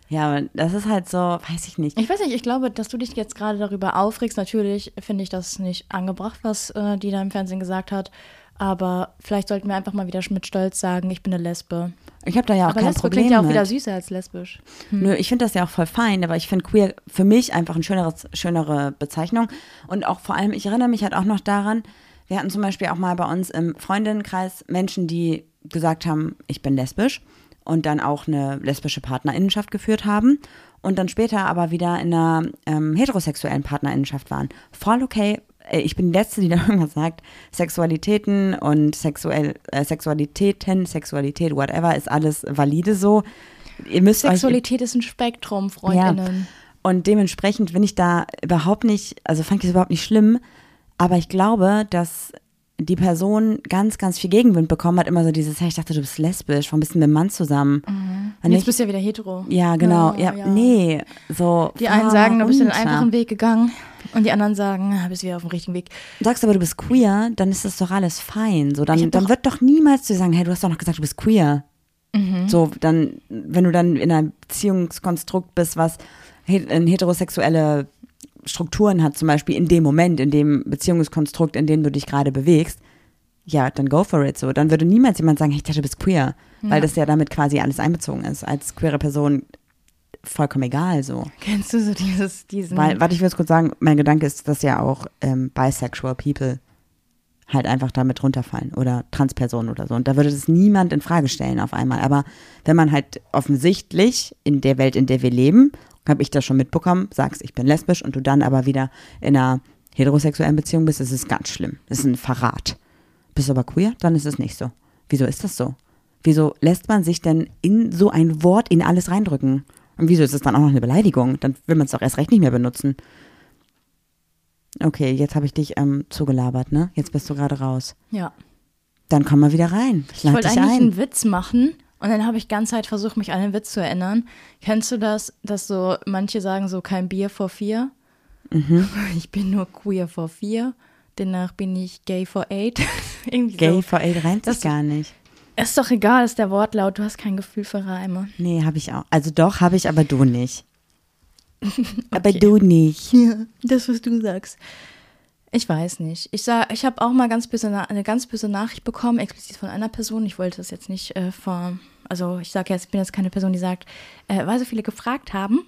B: Ja, aber das ist halt so, weiß ich nicht.
A: ich weiß nicht, ich glaube, dass du dich jetzt gerade darüber aufregst. Natürlich finde ich das nicht angebracht, was äh, die da im Fernsehen gesagt hat, aber vielleicht sollten wir einfach mal wieder mit Stolz sagen, ich bin eine Lesbe.
B: Ich habe da ja auch
A: Aber
B: kein
A: Lesbe
B: Problem
A: klingt ja auch
B: mit.
A: wieder süßer als lesbisch.
B: Nö, ich finde das ja auch voll fein, aber ich finde queer für mich einfach eine schöneres, schönere Bezeichnung. Und auch vor allem, ich erinnere mich halt auch noch daran, wir hatten zum Beispiel auch mal bei uns im Freundinnenkreis Menschen, die gesagt haben, ich bin lesbisch und dann auch eine lesbische Partnerinnenschaft geführt haben und dann später aber wieder in einer ähm, heterosexuellen Partnerinnenschaft waren. Voll okay, Äh, ich bin die Letzte, die da irgendwas sagt. Sexualitäten und sexuell, äh, Sexualitäten, Sexualität, whatever, ist alles valide so. Also Ihr müsst euch
A: Sexualität ist ein Spektrum, Freundinnen.
B: und dementsprechend bin ich da überhaupt nicht, also fand ich es überhaupt nicht schlimm, aber ich glaube, dass die Person ganz, ganz viel Gegenwind bekommen hat, immer so dieses, hey, ich dachte, du bist lesbisch, warum bist du mit einem Mann zusammen? Und
A: Mhm. Jetzt
B: ich,
A: bist du ja wieder hetero. Ah,
B: ja, genau, ja, nee, Ah, so. ne?
A: Die einen sagen, du bist den
B: runter.
A: einfachen Weg gegangen und die anderen sagen, ah, bist wieder auf dem richtigen Weg.
B: Sagst aber, du bist queer, dann ist das doch alles fein, so,
A: Ich
B: dann,
A: hab
B: dann
A: doch-
B: wird doch niemals zu dir sagen, hey, du hast doch noch gesagt, du bist queer.
A: Mhm.
B: So, dann, wenn du dann in einem Beziehungskonstrukt bist, was he- in heterosexuelle Strukturen hat, zum Beispiel in dem Moment, in dem Beziehungskonstrukt, in dem du dich gerade bewegst, ja, dann go for it. So, dann würde niemals jemand sagen, hey, ich dachte, du bist queer, weil das ja damit quasi alles einbezogen ist. Als queere Person vollkommen egal, so.
A: Kennst du so dieses, diesen?
B: Weil, warte, ich will es kurz sagen, mein Gedanke ist, dass ja auch ähm, bisexual people halt einfach damit runterfallen oder Transpersonen oder so. Und da würde das niemand in Frage stellen auf einmal. Aber wenn man halt offensichtlich in der Welt, in der wir leben, habe ich das schon mitbekommen, sagst, ich bin lesbisch und du dann aber wieder in einer heterosexuellen Beziehung bist, das ist ganz schlimm. Das ist ein Verrat. Bist du aber queer? Dann ist es nicht so. Wieso ist das so? Wieso lässt man sich denn in so ein Wort in alles reindrücken? Und wieso ist es dann auch noch eine Beleidigung? Dann will man es doch erst recht nicht mehr benutzen. Okay, jetzt habe ich dich ähm, zugelabert, ne? Jetzt bist du gerade raus.
A: ja.
B: Dann komm mal wieder rein. Ich
A: Ich
B: lade
A: wollte
B: dich
A: eigentlich
B: ein.
A: einen Witz machen und dann habe ich ganze Zeit versucht, mich an den Witz zu erinnern. Kennst du das, dass so manche sagen so kein Bier vor vier?
B: Mhm.
A: Ich bin nur queer vor vier. Danach bin ich gay vor eight. Irgendwie
B: Gay
A: so.
B: for Aid reimt sich
A: Das-
B: gar nicht.
A: Ist doch egal, ist der Wortlaut. Du hast kein Gefühl für Reime.
B: Nee, habe ich auch. Also doch, habe ich, aber du nicht. Aber du nicht.
A: Ja, das, was du sagst. Ich weiß nicht. Ich sah, ich habe auch mal ganz böse, Na- eine ganz böse Nachricht bekommen, explizit von einer Person. Ich wollte es jetzt nicht äh, vor. Also ich sage jetzt, ich bin jetzt keine Person, die sagt, äh, weil so viele gefragt haben.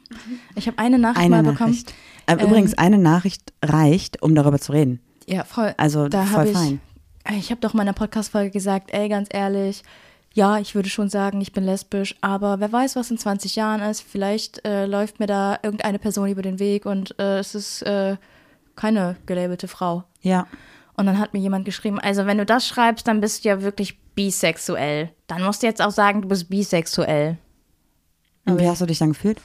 A: Ich habe eine Nachricht
B: Mhm. Eine
A: mal
B: Nachricht.
A: bekommen.
B: Ähm,
A: Ähm,
B: Übrigens, eine Nachricht reicht, um darüber zu reden.
A: Ja, voll.
B: Also,
A: da
B: voll
A: hab ich, Äh,
B: fein.
A: Ich habe doch in meiner Podcast-Folge gesagt, ey, ganz ehrlich, ja, ich würde schon sagen, ich bin lesbisch, aber wer weiß, was in 20 Jahren ist. Vielleicht äh, läuft mir da irgendeine Person über den Weg und äh, es ist äh, keine gelabelte Frau.
B: Ja.
A: Und dann hat mir jemand geschrieben, also wenn du das schreibst, dann bist du ja wirklich bisexuell. Dann musst du jetzt auch sagen, du bist bisexuell.
B: Und wie hast du dich dann gefühlt?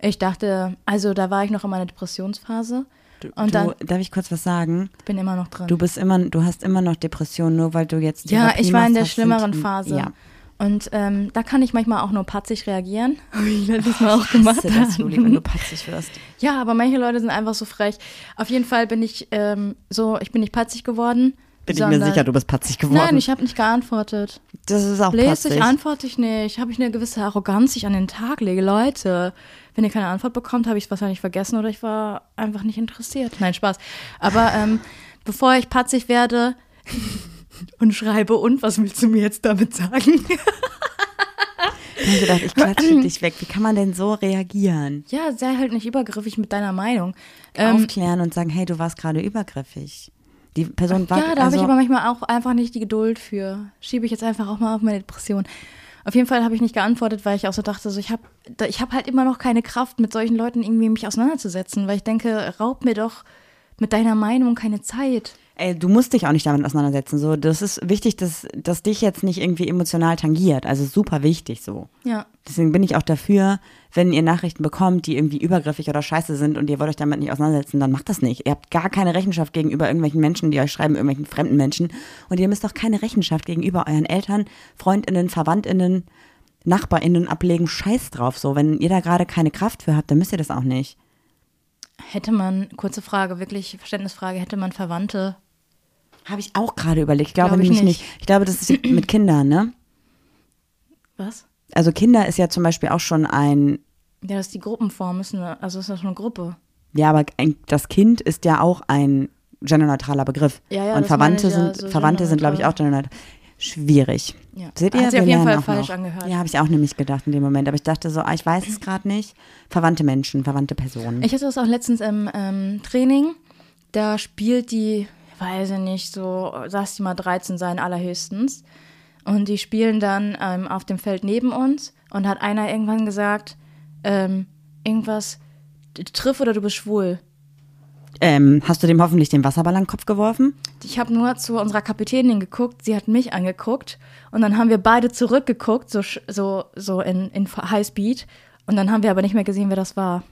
A: Ich dachte, also da war ich noch in meiner Depressionsphase und dann
B: du, darf ich kurz was sagen?
A: ich bin immer noch drin.
B: Du bist immer, du hast immer noch Depressionen, nur weil du jetzt
A: ja,
B: Therapie
A: ich war in
B: machst,
A: der
B: das
A: schlimmeren
B: sind-
A: Phase.
B: Ja.
A: Und ähm, da kann ich manchmal auch nur patzig reagieren. Wie ich letztes Mal auch gemacht
B: Hasse das,
A: habe.
B: Juli, wenn du patzig wirst.
A: Ja, aber manche Leute sind einfach so frech. Auf jeden Fall bin ich ähm, so, ich bin nicht patzig geworden.
B: Bin ich mir
A: sondern-
B: sicher, du bist patzig geworden.
A: Nein, ich habe nicht geantwortet.
B: das ist auch
A: Lest
B: patzig.
A: ich, antworte ich nicht. Habe ich eine gewisse Arroganz, die ich an den Tag lege. Leute, wenn ihr keine Antwort bekommt, habe ich es wahrscheinlich vergessen oder ich war einfach nicht interessiert. Nein, Spaß. Aber ähm, bevor ich patzig werde und schreibe, und was willst du mir jetzt damit sagen?
B: Ich habe gedacht, ich klatsche dich weg. Wie kann man denn so reagieren?
A: ja, sei halt nicht übergriffig mit deiner Meinung. Ähm,
B: Aufklären und sagen, hey, du warst gerade übergriffig. Die Person war
A: ja, da habe
B: also,
A: ich aber manchmal auch einfach nicht die Geduld für. Schiebe ich jetzt einfach auch mal auf meine Depression. Auf jeden Fall habe ich nicht geantwortet, weil ich auch so dachte, so ich habe ich hab halt immer noch keine Kraft, mit solchen Leuten irgendwie mich auseinanderzusetzen, weil ich denke, raub mir doch mit deiner Meinung keine Zeit.
B: ey, du musst dich auch nicht damit auseinandersetzen. So, das ist wichtig, dass, dass dich jetzt nicht irgendwie emotional tangiert. Also super wichtig so.
A: Ja.
B: Deswegen bin ich auch dafür, wenn ihr Nachrichten bekommt, die irgendwie übergriffig oder scheiße sind und ihr wollt euch damit nicht auseinandersetzen, dann macht das nicht. Ihr habt gar keine Rechenschaft gegenüber irgendwelchen Menschen, die euch schreiben, irgendwelchen fremden Menschen. Und ihr müsst auch keine Rechenschaft gegenüber euren Eltern, Freundinnen, Verwandtinnen, Nachbarinnen ablegen. Scheiß drauf so. Wenn ihr da gerade keine Kraft für habt, dann müsst ihr das auch nicht.
A: Hätte man, kurze Frage, wirklich Verständnisfrage, hätte man Verwandte?
B: Habe ich auch gerade überlegt. Ich glaube
A: Glaube ich
B: nämlich
A: nicht.
B: nicht. Ich glaube, das ist mit Kindern, ne?
A: Was?
B: Also Kinder ist ja zum Beispiel auch schon ein
A: Ja, das ist die Gruppenform, ist eine, also ist das eine Gruppe.
B: Ja, aber ein, das Kind ist ja auch ein genderneutraler Begriff.
A: Ja, ja,
B: Und
A: das meine ich
B: Verwandte
A: ja,
B: sind,
A: so
B: Verwandte sind, glaube ich,
A: genderneutral.
B: auch genderneutral. Schwierig.
A: Ja.
B: Seht
A: Hat
B: ihr?
A: sich auf
B: Wir
A: jeden
B: lernen
A: Fall
B: auch
A: falsch
B: noch.
A: angehört.
B: Ja, habe ich auch nämlich gedacht in dem Moment. Aber ich dachte so, ah, ich weiß es gerade nicht. Verwandte Menschen, verwandte Personen.
A: Ich hatte das auch letztens im ähm, Training. Da spielt die, weiß ich nicht, so, lass die mal 13 sein, allerhöchstens. Und die spielen dann ähm, auf dem Feld neben uns. Und hat einer irgendwann gesagt, ähm, irgendwas, "T- triff oder du bist schwul.
B: ähm, hast du dem hoffentlich den Wasserball an den Kopf geworfen?
A: Ich habe nur zu unserer Kapitänin geguckt, sie hat mich angeguckt und dann haben wir beide zurückgeguckt, so, sch- so, so in, in Highspeed. Und dann haben wir aber nicht mehr gesehen, wer das war.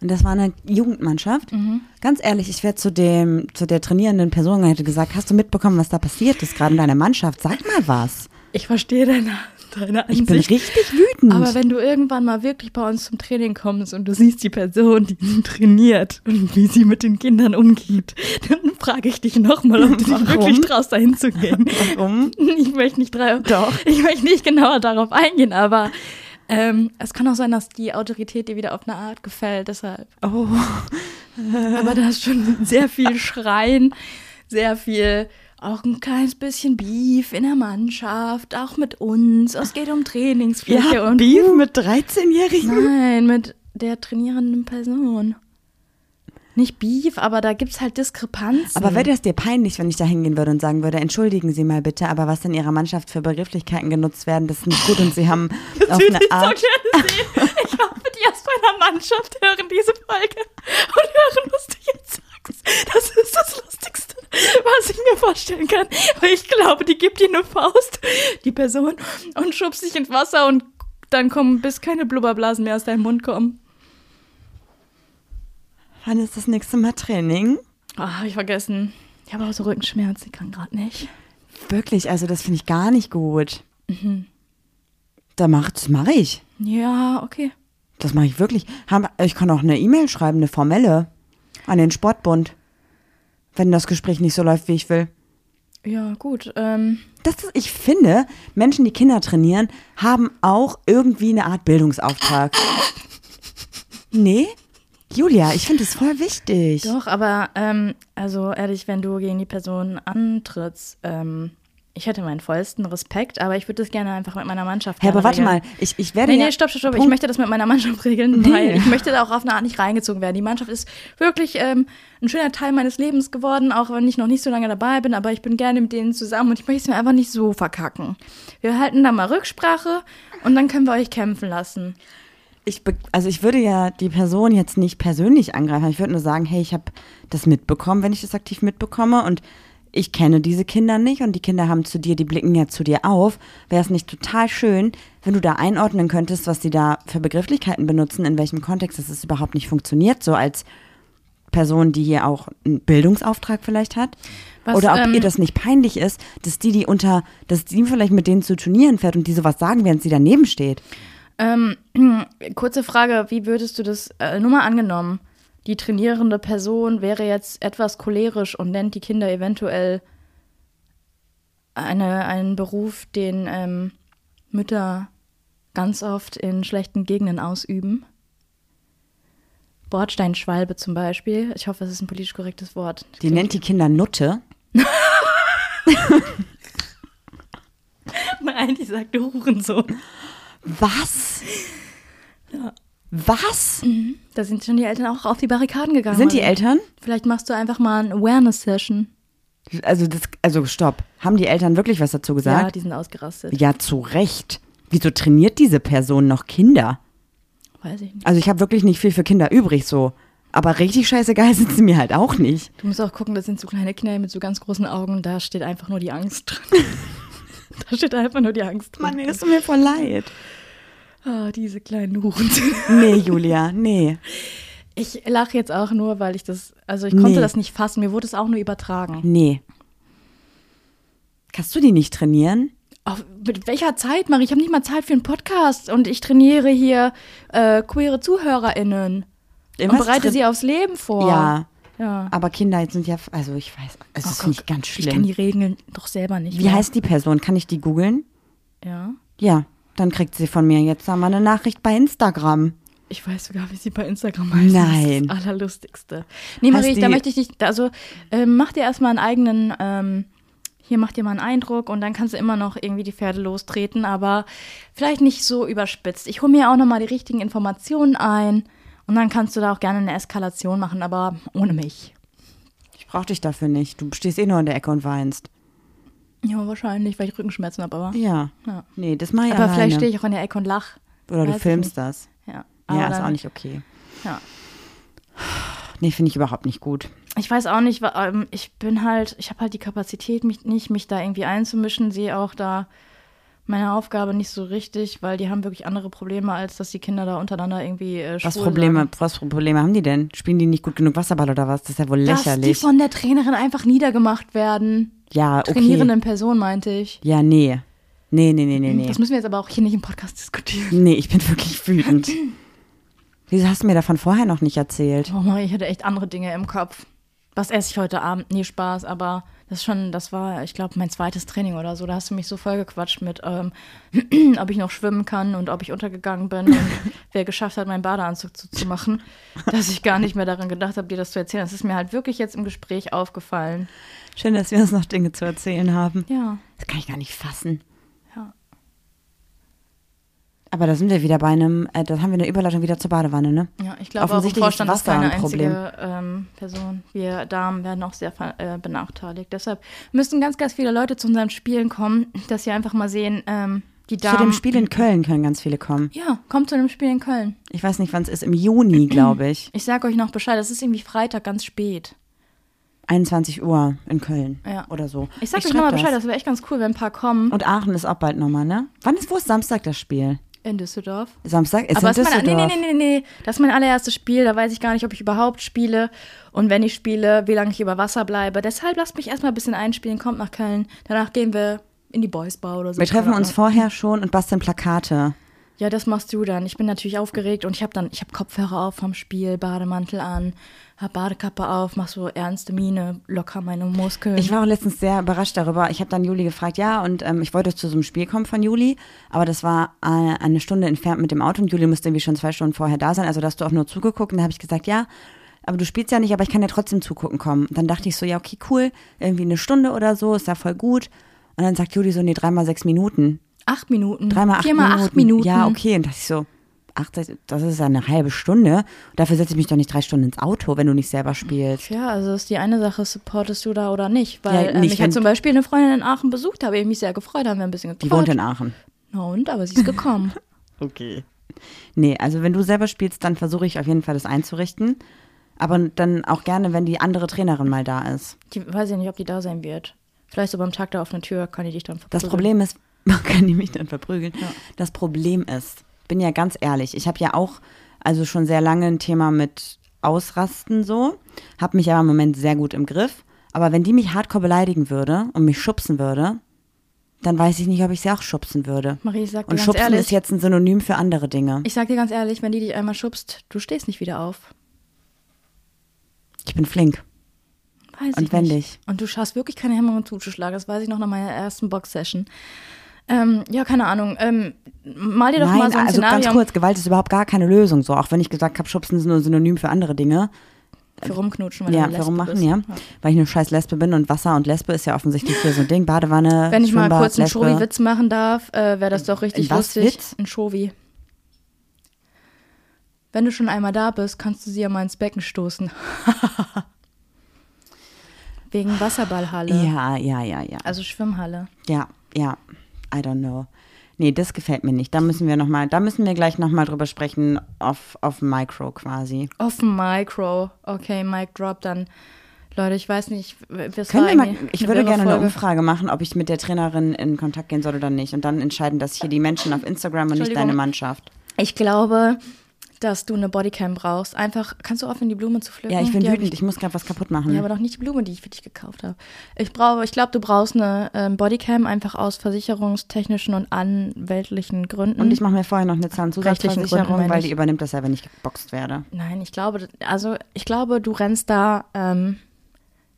B: Und das war eine Jugendmannschaft.
A: Mhm.
B: Ganz ehrlich, ich wäre zu dem, zu der trainierenden Person hätte gesagt, hast du mitbekommen, was da passiert ist gerade in deiner Mannschaft? Sag mal was.
A: Ich verstehe deine, deine Ansicht.
B: Ich bin richtig wütend.
A: Aber wenn du irgendwann mal wirklich bei uns zum Training kommst und du siehst die Person, die ihn trainiert und wie sie mit den Kindern umgeht, dann frage ich dich nochmal, ob du dich
B: Warum?
A: wirklich traust, dahin zu gehen.
B: Warum?
A: Ich möchte nicht dra-
B: Doch.
A: Ich möchte nicht genauer darauf eingehen, aber ähm, es kann auch sein, dass die Autorität dir wieder auf eine Art gefällt, deshalb.
B: Oh.
A: Aber da ist schon sehr viel Schreien, sehr viel, auch ein kleines bisschen Beef in der Mannschaft, auch mit uns. Es geht um Trainingsfläche
B: Ja,
A: und
B: Beef mit 13-Jährigen.
A: Nein, mit der trainierenden Person. Nicht Beef, aber da gibt's halt Diskrepanzen.
B: Aber wäre das dir peinlich, wenn ich da hingehen würde und sagen würde, entschuldigen Sie mal bitte, aber was in Ihrer Mannschaft für Begrifflichkeiten genutzt werden, das ist nicht gut und Sie haben auf
A: Natürlich
B: eine Art...
A: so gerne sehen. Ich hoffe, die aus meiner Mannschaft hören diese Folge und hören, was du jetzt sagst. Das ist das Lustigste, was ich mir vorstellen kann. Weil ich glaube, die gibt dir eine Faust, die Person, und schubst dich ins Wasser und dann kommen, bis keine Blubberblasen mehr aus deinem Mund kommen.
B: Wann ist das nächste Mal Training?
A: Ah, hab ich vergessen. Ich habe auch so Rückenschmerzen, ich kann gerade nicht.
B: Wirklich, also das finde ich gar nicht gut.
A: Mhm.
B: Da mach, das mache ich.
A: Ja, okay.
B: Das mache ich wirklich. Haben- Ich kann auch eine E-Mail schreiben, eine formelle, an den Sportbund, wenn das Gespräch nicht so läuft, wie ich will.
A: Ja, gut. Ähm,
B: Das ist, ich finde, Menschen, die Kinder trainieren, haben auch irgendwie eine Art Bildungsauftrag. Nee? Julia, ich finde es voll wichtig.
A: Doch, aber ähm, also ehrlich, wenn du gegen die Person antrittst, ähm, ich hätte meinen vollsten Respekt, aber ich würde das gerne einfach mit meiner Mannschaft
B: Hä, aber
A: gerne
B: warte mal,
A: regeln.
B: ich, ich werde
A: Nee,
B: ja
A: nee, stopp, stopp, stopp. Ich
B: Punkt-
A: möchte das mit meiner Mannschaft regeln, weil ich möchte da auch auf eine Art nicht reingezogen werden. Die Mannschaft ist wirklich ähm, ein schöner Teil meines Lebens geworden, auch wenn ich noch nicht so lange dabei bin, aber ich bin gerne mit denen zusammen und ich möchte es mir einfach nicht so verkacken. Wir halten da mal Rücksprache und dann können wir euch kämpfen lassen.
B: ich be- also ich würde ja die Person jetzt nicht persönlich angreifen. Ich würde nur sagen, hey, ich habe das mitbekommen, wenn ich das aktiv mitbekomme und ich kenne diese Kinder nicht und die Kinder haben zu dir, die blicken ja zu dir auf. Wäre es nicht total schön, wenn du da einordnen könntest, was die da für Begrifflichkeiten benutzen, in welchem Kontext das ist überhaupt nicht funktioniert, so als Person, die hier auch einen Bildungsauftrag vielleicht hat.
A: Was,
B: Oder ob
A: ähm,
B: ihr das nicht peinlich ist, dass die, die unter, dass die vielleicht mit denen zu Turnieren fährt und die sowas sagen, während sie daneben steht.
A: Ähm, kurze Frage, wie würdest du das, äh, nur mal angenommen, die trainierende Person wäre jetzt etwas cholerisch und nennt die Kinder eventuell eine, einen Beruf, den ähm, Mütter ganz oft in schlechten Gegenden ausüben. Bordsteinschwalbe zum Beispiel. Ich hoffe, es ist ein politisch korrektes Wort.
B: Die ne- nennt die Kinder Nutte.
A: Nein, die sagt du Hurensohn.
B: Was? Was?
A: Da sind schon die Eltern auch auf die Barrikaden gegangen.
B: Sind die
A: Also,
B: Eltern?
A: Vielleicht machst du einfach mal eine Awareness-Session.
B: Also, das, also stopp. Haben die Eltern wirklich was dazu
A: Ja,
B: gesagt?
A: die sind ausgerastet.
B: Ja, zu Recht. Wieso trainiert diese Person noch Kinder?
A: Weiß ich nicht.
B: Also ich habe wirklich nicht viel für Kinder übrig so. Aber richtig scheißegal sind sie mir halt auch nicht.
A: Du musst auch gucken, das sind so kleine Kinder mit so ganz großen Augen, da steht einfach nur die Angst drin. da steht einfach nur die Angst drin.
B: ist mir voll leid.
A: Ah, diese kleinen Huren.
B: Nee, Julia, nee.
A: Ich lache jetzt auch nur, weil ich das, also ich konnte
B: Nee.
A: das nicht fassen, mir wurde es auch nur übertragen.
B: Nee. Kannst du die nicht trainieren?
A: Auf, mit welcher Zeit, Marie? Ich habe nicht mal Zeit für einen Podcast und ich trainiere hier äh, queere ZuhörerInnen und bereite sie aufs Leben vor.
B: Ja.
A: ja. Oh
B: Aber Kinder sind ja, also ich weiß, also das finde ich ganz
A: Ich kann
B: schlimm.
A: die Regeln doch selber nicht.
B: Wie
A: mehr.
B: heißt die Person? Kann ich die googeln?
A: Ja.
B: Ja, dann kriegt sie von mir jetzt einmal eine Nachricht bei Instagram.
A: Ich weiß sogar, wie sie bei Instagram heißt.
B: Nein.
A: Das ist das Allerlustigste. Nee,
B: Heißt
A: Marie,
B: die-
A: da möchte ich dich, also ähm, mach dir erstmal einen eigenen, ähm, hier mach dir mal einen Eindruck und dann kannst du immer noch irgendwie die Pferde lostreten, aber vielleicht nicht so überspitzt. Ich hole mir auch nochmal die richtigen Informationen ein und dann kannst du da auch gerne eine Eskalation machen, aber ohne mich.
B: Ich brauch dich dafür nicht. Du stehst eh nur in der Ecke und weinst.
A: Ja, wahrscheinlich, weil ich Rückenschmerzen habe, aber.
B: Ja.
A: Ja.
B: Nee, das mache ich
A: Aber
B: alleine.
A: vielleicht stehe ich auch in der Ecke und lach.
B: Oder
A: Weiß
B: du
A: ich
B: filmst
A: nicht.
B: das.
A: Ja, aber
B: Ja, ist
A: dann-
B: auch nicht okay.
A: Ja.
B: Nee, finde ich überhaupt nicht gut.
A: ich weiß auch nicht, wa- ähm, ich bin halt, ich habe halt die Kapazität mich nicht, mich da irgendwie einzumischen, sehe auch da meine Aufgabe nicht so richtig, weil die haben wirklich andere Probleme, als dass die Kinder da untereinander irgendwie äh,
B: Was
A: schwul
B: Probleme,
A: Sagen.
B: was für Probleme haben die denn? Spielen die nicht gut genug Wasserball oder was? Das ist ja wohl
A: Dass die
B: lächerlich.
A: von der Trainerin einfach niedergemacht werden.
B: ja, okay.
A: Trainierenden Person, meinte ich.
B: Ja, nee. Nee, nee, nee, nee, nee.
A: Das müssen wir jetzt aber auch hier nicht im Podcast diskutieren.
B: Nee, ich bin wirklich wütend. Wieso hast du mir davon vorher noch nicht erzählt?
A: Oh Marie, ich hatte echt andere Dinge im Kopf. Was esse ich heute Abend? Nee, Spaß, aber das ist schon, das war, ich glaube, mein zweites Training oder so. Da hast du mich so vollgequatscht mit, ähm, ob ich noch schwimmen kann und ob ich untergegangen bin und wer geschafft hat, meinen Badeanzug zuzumachen, dass ich gar nicht mehr daran gedacht habe, dir das zu erzählen. Das ist mir halt wirklich jetzt im Gespräch aufgefallen.
B: Schön, dass wir uns noch Dinge zu erzählen haben.
A: Ja.
B: Das kann ich gar nicht fassen.
A: Ja.
B: Aber da sind wir wieder bei einem, äh, da haben wir eine Überleitung wieder zur Badewanne, ne?
A: Ja, ich glaube, auch im
B: Offensichtlich ist
A: Vorstand ist
B: Wasser
A: keine
B: ein Problem.
A: einzige ähm, Person. Wir Damen werden auch sehr ver- äh, benachteiligt. Deshalb müssen ganz, ganz viele Leute zu unseren Spielen kommen, dass sie einfach mal sehen, ähm, die
B: Zu dem
A: Damen.
B: Spiel in Köln können ganz viele kommen.
A: ja, kommt zu dem Spiel in Köln.
B: Ich weiß nicht, wann es ist, im Juni, glaube ich.
A: Ich sag euch noch Bescheid, es ist irgendwie Freitag ganz spät.
B: 21 Uhr in Köln
A: Ja.
B: oder so.
A: Ich sag euch
B: schreib
A: nochmal Bescheid,
B: Das.
A: das wäre echt ganz cool, wenn ein paar kommen
B: Und Aachen ist auch bald nochmal, ne? Wann ist, wo ist Samstag das Spiel?
A: in Düsseldorf.
B: Samstag ist
A: Aber
B: in
A: es ist mein,
B: Düsseldorf.
A: nee, nee, nee, nee, nee, das ist mein allererstes Spiel, da weiß ich gar nicht, ob ich überhaupt spiele und wenn ich spiele, wie lange ich über Wasser bleibe. Deshalb lasst mich erstmal ein bisschen einspielen, kommt nach Köln, danach gehen wir in die Boys Bar oder so.
B: Wir treffen
A: Keine
B: uns
A: Ahnung.
B: vorher schon und basteln Plakate.
A: Ja, das machst du dann. Ich bin natürlich aufgeregt und ich habe dann, ich habe Kopfhörer auf vom Spiel, Bademantel an, habe Badekappe auf, mach so ernste Miene, locker meine Muskeln.
B: Ich war auch letztens sehr überrascht darüber. Ich habe dann Juli gefragt, ja, und ähm, ich wollte zu so einem Spiel kommen von Juli, aber das war äh, eine Stunde entfernt mit dem Auto und Juli musste irgendwie schon zwei Stunden vorher da sein, also da hast du auch nur zugeguckt. Und da habe ich gesagt, ja, aber du spielst ja nicht, aber ich kann ja trotzdem zugucken kommen. Und dann dachte ich so, ja, okay, cool, irgendwie eine Stunde oder so, ist ja voll gut. Und dann sagt Juli so, nee, dreimal sechs Minuten.
A: acht Minuten.
B: Dreimal acht
A: Viermal
B: Minuten.
A: acht Minuten.
B: Ja, okay. Und dachte ich so, acht, sechs- das ist ja eine halbe Stunde. Dafür setze ich mich doch nicht drei Stunden ins Auto, wenn du nicht selber spielst.
A: Ja, also ist die eine Sache, supportest du da oder nicht? Weil
B: Ja,
A: äh,
B: nicht,
A: mich
B: wenn-
A: hat zum Beispiel eine Freundin in Aachen besucht, habe ich mich sehr gefreut, haben wir ein bisschen
B: Die
A: gequatscht.
B: wohnt in Aachen.
A: Na und, aber sie ist gekommen.
B: Okay. Nee, also wenn du selber spielst, dann versuche ich auf jeden Fall das einzurichten. Aber dann auch gerne, wenn die andere Trainerin mal da ist.
A: die weiß ja nicht, ob die da sein wird. Vielleicht so beim Tag der offenen Tür kann ich dich dann
B: Das
A: verprügeln.
B: Problem ist, man kann die mich dann verprügeln. Das Problem ist, bin ja ganz ehrlich, ich habe ja auch also schon sehr lange ein Thema mit Ausrasten so, habe mich aber im Moment sehr gut im Griff. Aber wenn die mich hardcore beleidigen würde und mich schubsen würde, dann weiß ich nicht, ob ich sie auch schubsen würde.
A: Marie, ich sag dir
B: und
A: ganz
B: schubsen
A: ehrlich-
B: ist jetzt ein Synonym für andere Dinge.
A: Ich sag dir ganz ehrlich, wenn die dich einmal schubst, du stehst nicht wieder auf.
B: Ich bin flink.
A: Weiß
B: Und
A: ich
B: wenn
A: nicht.
B: dich?
A: Und du schaffst wirklich keine Hämmer und zuzuschlagen. Das weiß ich noch nach meiner ersten Box-Session. Ähm, ja, keine Ahnung. Ähm, mal dir doch mal
B: Nein,
A: so ein
B: also
A: Szenario
B: ganz kurz, Gewalt ist überhaupt gar keine Lösung. So, auch wenn ich gesagt habe, Schubsen ist nur ein Synonym für andere Dinge.
A: für rumknutschen, weil du
B: ja,
A: eine
B: warum
A: Lesbe
B: machen,
A: bist.
B: ja. Weil ich eine scheiß Lesbe bin und Wasser und Lesbe ist ja offensichtlich hier so ein Ding. Badewanne,
A: Wenn ich mal
B: Schwimmbad,
A: kurz einen
B: Lesbe.
A: Schovi-Witz machen darf, äh, wäre das doch richtig
B: Ein was?
A: lustig.
B: Witz?
A: Ein Schovi. Wenn du schon einmal da bist, kannst du sie ja mal ins Becken stoßen. Wegen Wasserballhalle.
B: Ja, ja, ja, ja.
A: Also Schwimmhalle.
B: Ja, ja. I don't know. Nee, das gefällt mir nicht. Da müssen wir noch mal, da müssen wir gleich nochmal drüber sprechen, auf, auf Micro quasi.
A: Offen Micro. Okay, Mic Drop dann. Leute, ich weiß nicht. Das
B: Können
A: war
B: wir mal,
A: irgendwie
B: ich würde
A: wirre
B: gerne eine
A: ne- Folge.
B: Umfrage machen, ob ich mit der Trainerin in Kontakt gehen soll oder nicht. Und dann entscheiden das hier die Menschen auf Instagram und nicht
A: Entschuldigung.
B: deine Mannschaft.
A: Ich glaube, dass du eine Bodycam brauchst. Einfach, kannst du aufhören, die Blume zu pflücken?
B: Ja, ich bin
A: Mhm, Die hab
B: wütend. Ich muss gerade was kaputt machen.
A: Ja, aber doch nicht die Blume, die ich für dich gekauft habe. Ich brauche, ich glaube, du brauchst eine ähm, Bodycam einfach aus versicherungstechnischen und anwältlichen Gründen.
B: Und ich mache mir vorher noch eine
A: Mhm. Rechtlichen Gründen,
B: Zahnzusatzversicherung,
A: meine
B: weil
A: ich.
B: die übernimmt das ja, wenn ich geboxt werde.
A: Nein, ich glaube, also ich glaube, du rennst da ähm,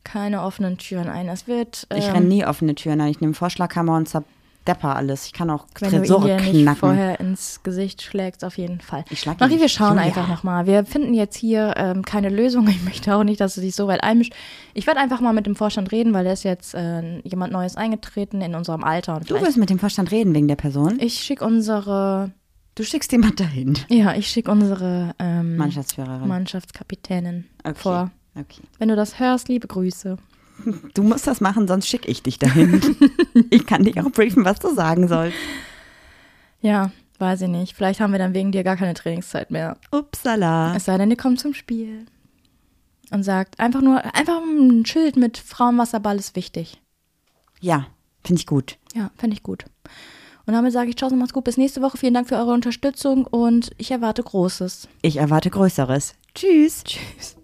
A: keine offenen Türen ein. Es wird, ähm,
B: Ich renn nie offene Türen ein. Ich nehme Vorschlaghammer und zerdepper alles. Ich kann auch
A: wenn du ihn
B: Tresore
A: dir nicht
B: knacken.
A: vorher ins Gesicht schlägst, auf jeden Fall.
B: Ich schlag ihn
A: Marie, wir
B: nicht.
A: schauen
B: Julia.
A: einfach nochmal. Wir finden jetzt hier ähm, keine Lösung. Ich möchte auch nicht, dass du dich so weit einmischst. Ich werde einfach mal mit dem Vorstand reden, weil da ist jetzt äh, jemand Neues eingetreten in unserem Alter. Und
B: Du
A: vielleicht
B: willst mit dem Vorstand reden wegen der Person.
A: Ich Mhm. schicke unsere,
B: Du schickst jemand dahin.
A: ja, ich schicke unsere ähm,
B: Mannschaftsführerin.
A: Mannschaftskapitänin
B: okay.
A: vor.
B: Okay.
A: Wenn du das hörst, liebe Grüße.
B: Du musst das machen, sonst schicke ich dich dahin. ich kann dich auch briefen, was du sagen sollst.
A: Ja, weiß ich nicht. Vielleicht haben wir dann wegen dir gar keine Trainingszeit mehr.
B: Upsala.
A: Es sei denn, ihr kommt zum Spiel und sagt einfach nur, einfach um ein Schild mit Frauenwasserball ist wichtig.
B: Ja, finde ich gut.
A: Ja, fände ich gut. Und damit sage ich Tschau, macht's gut. Bis nächste Woche. Vielen Dank für eure Unterstützung und ich erwarte Großes.
B: Ich erwarte Größeres. Tschüss.
A: Tschüss.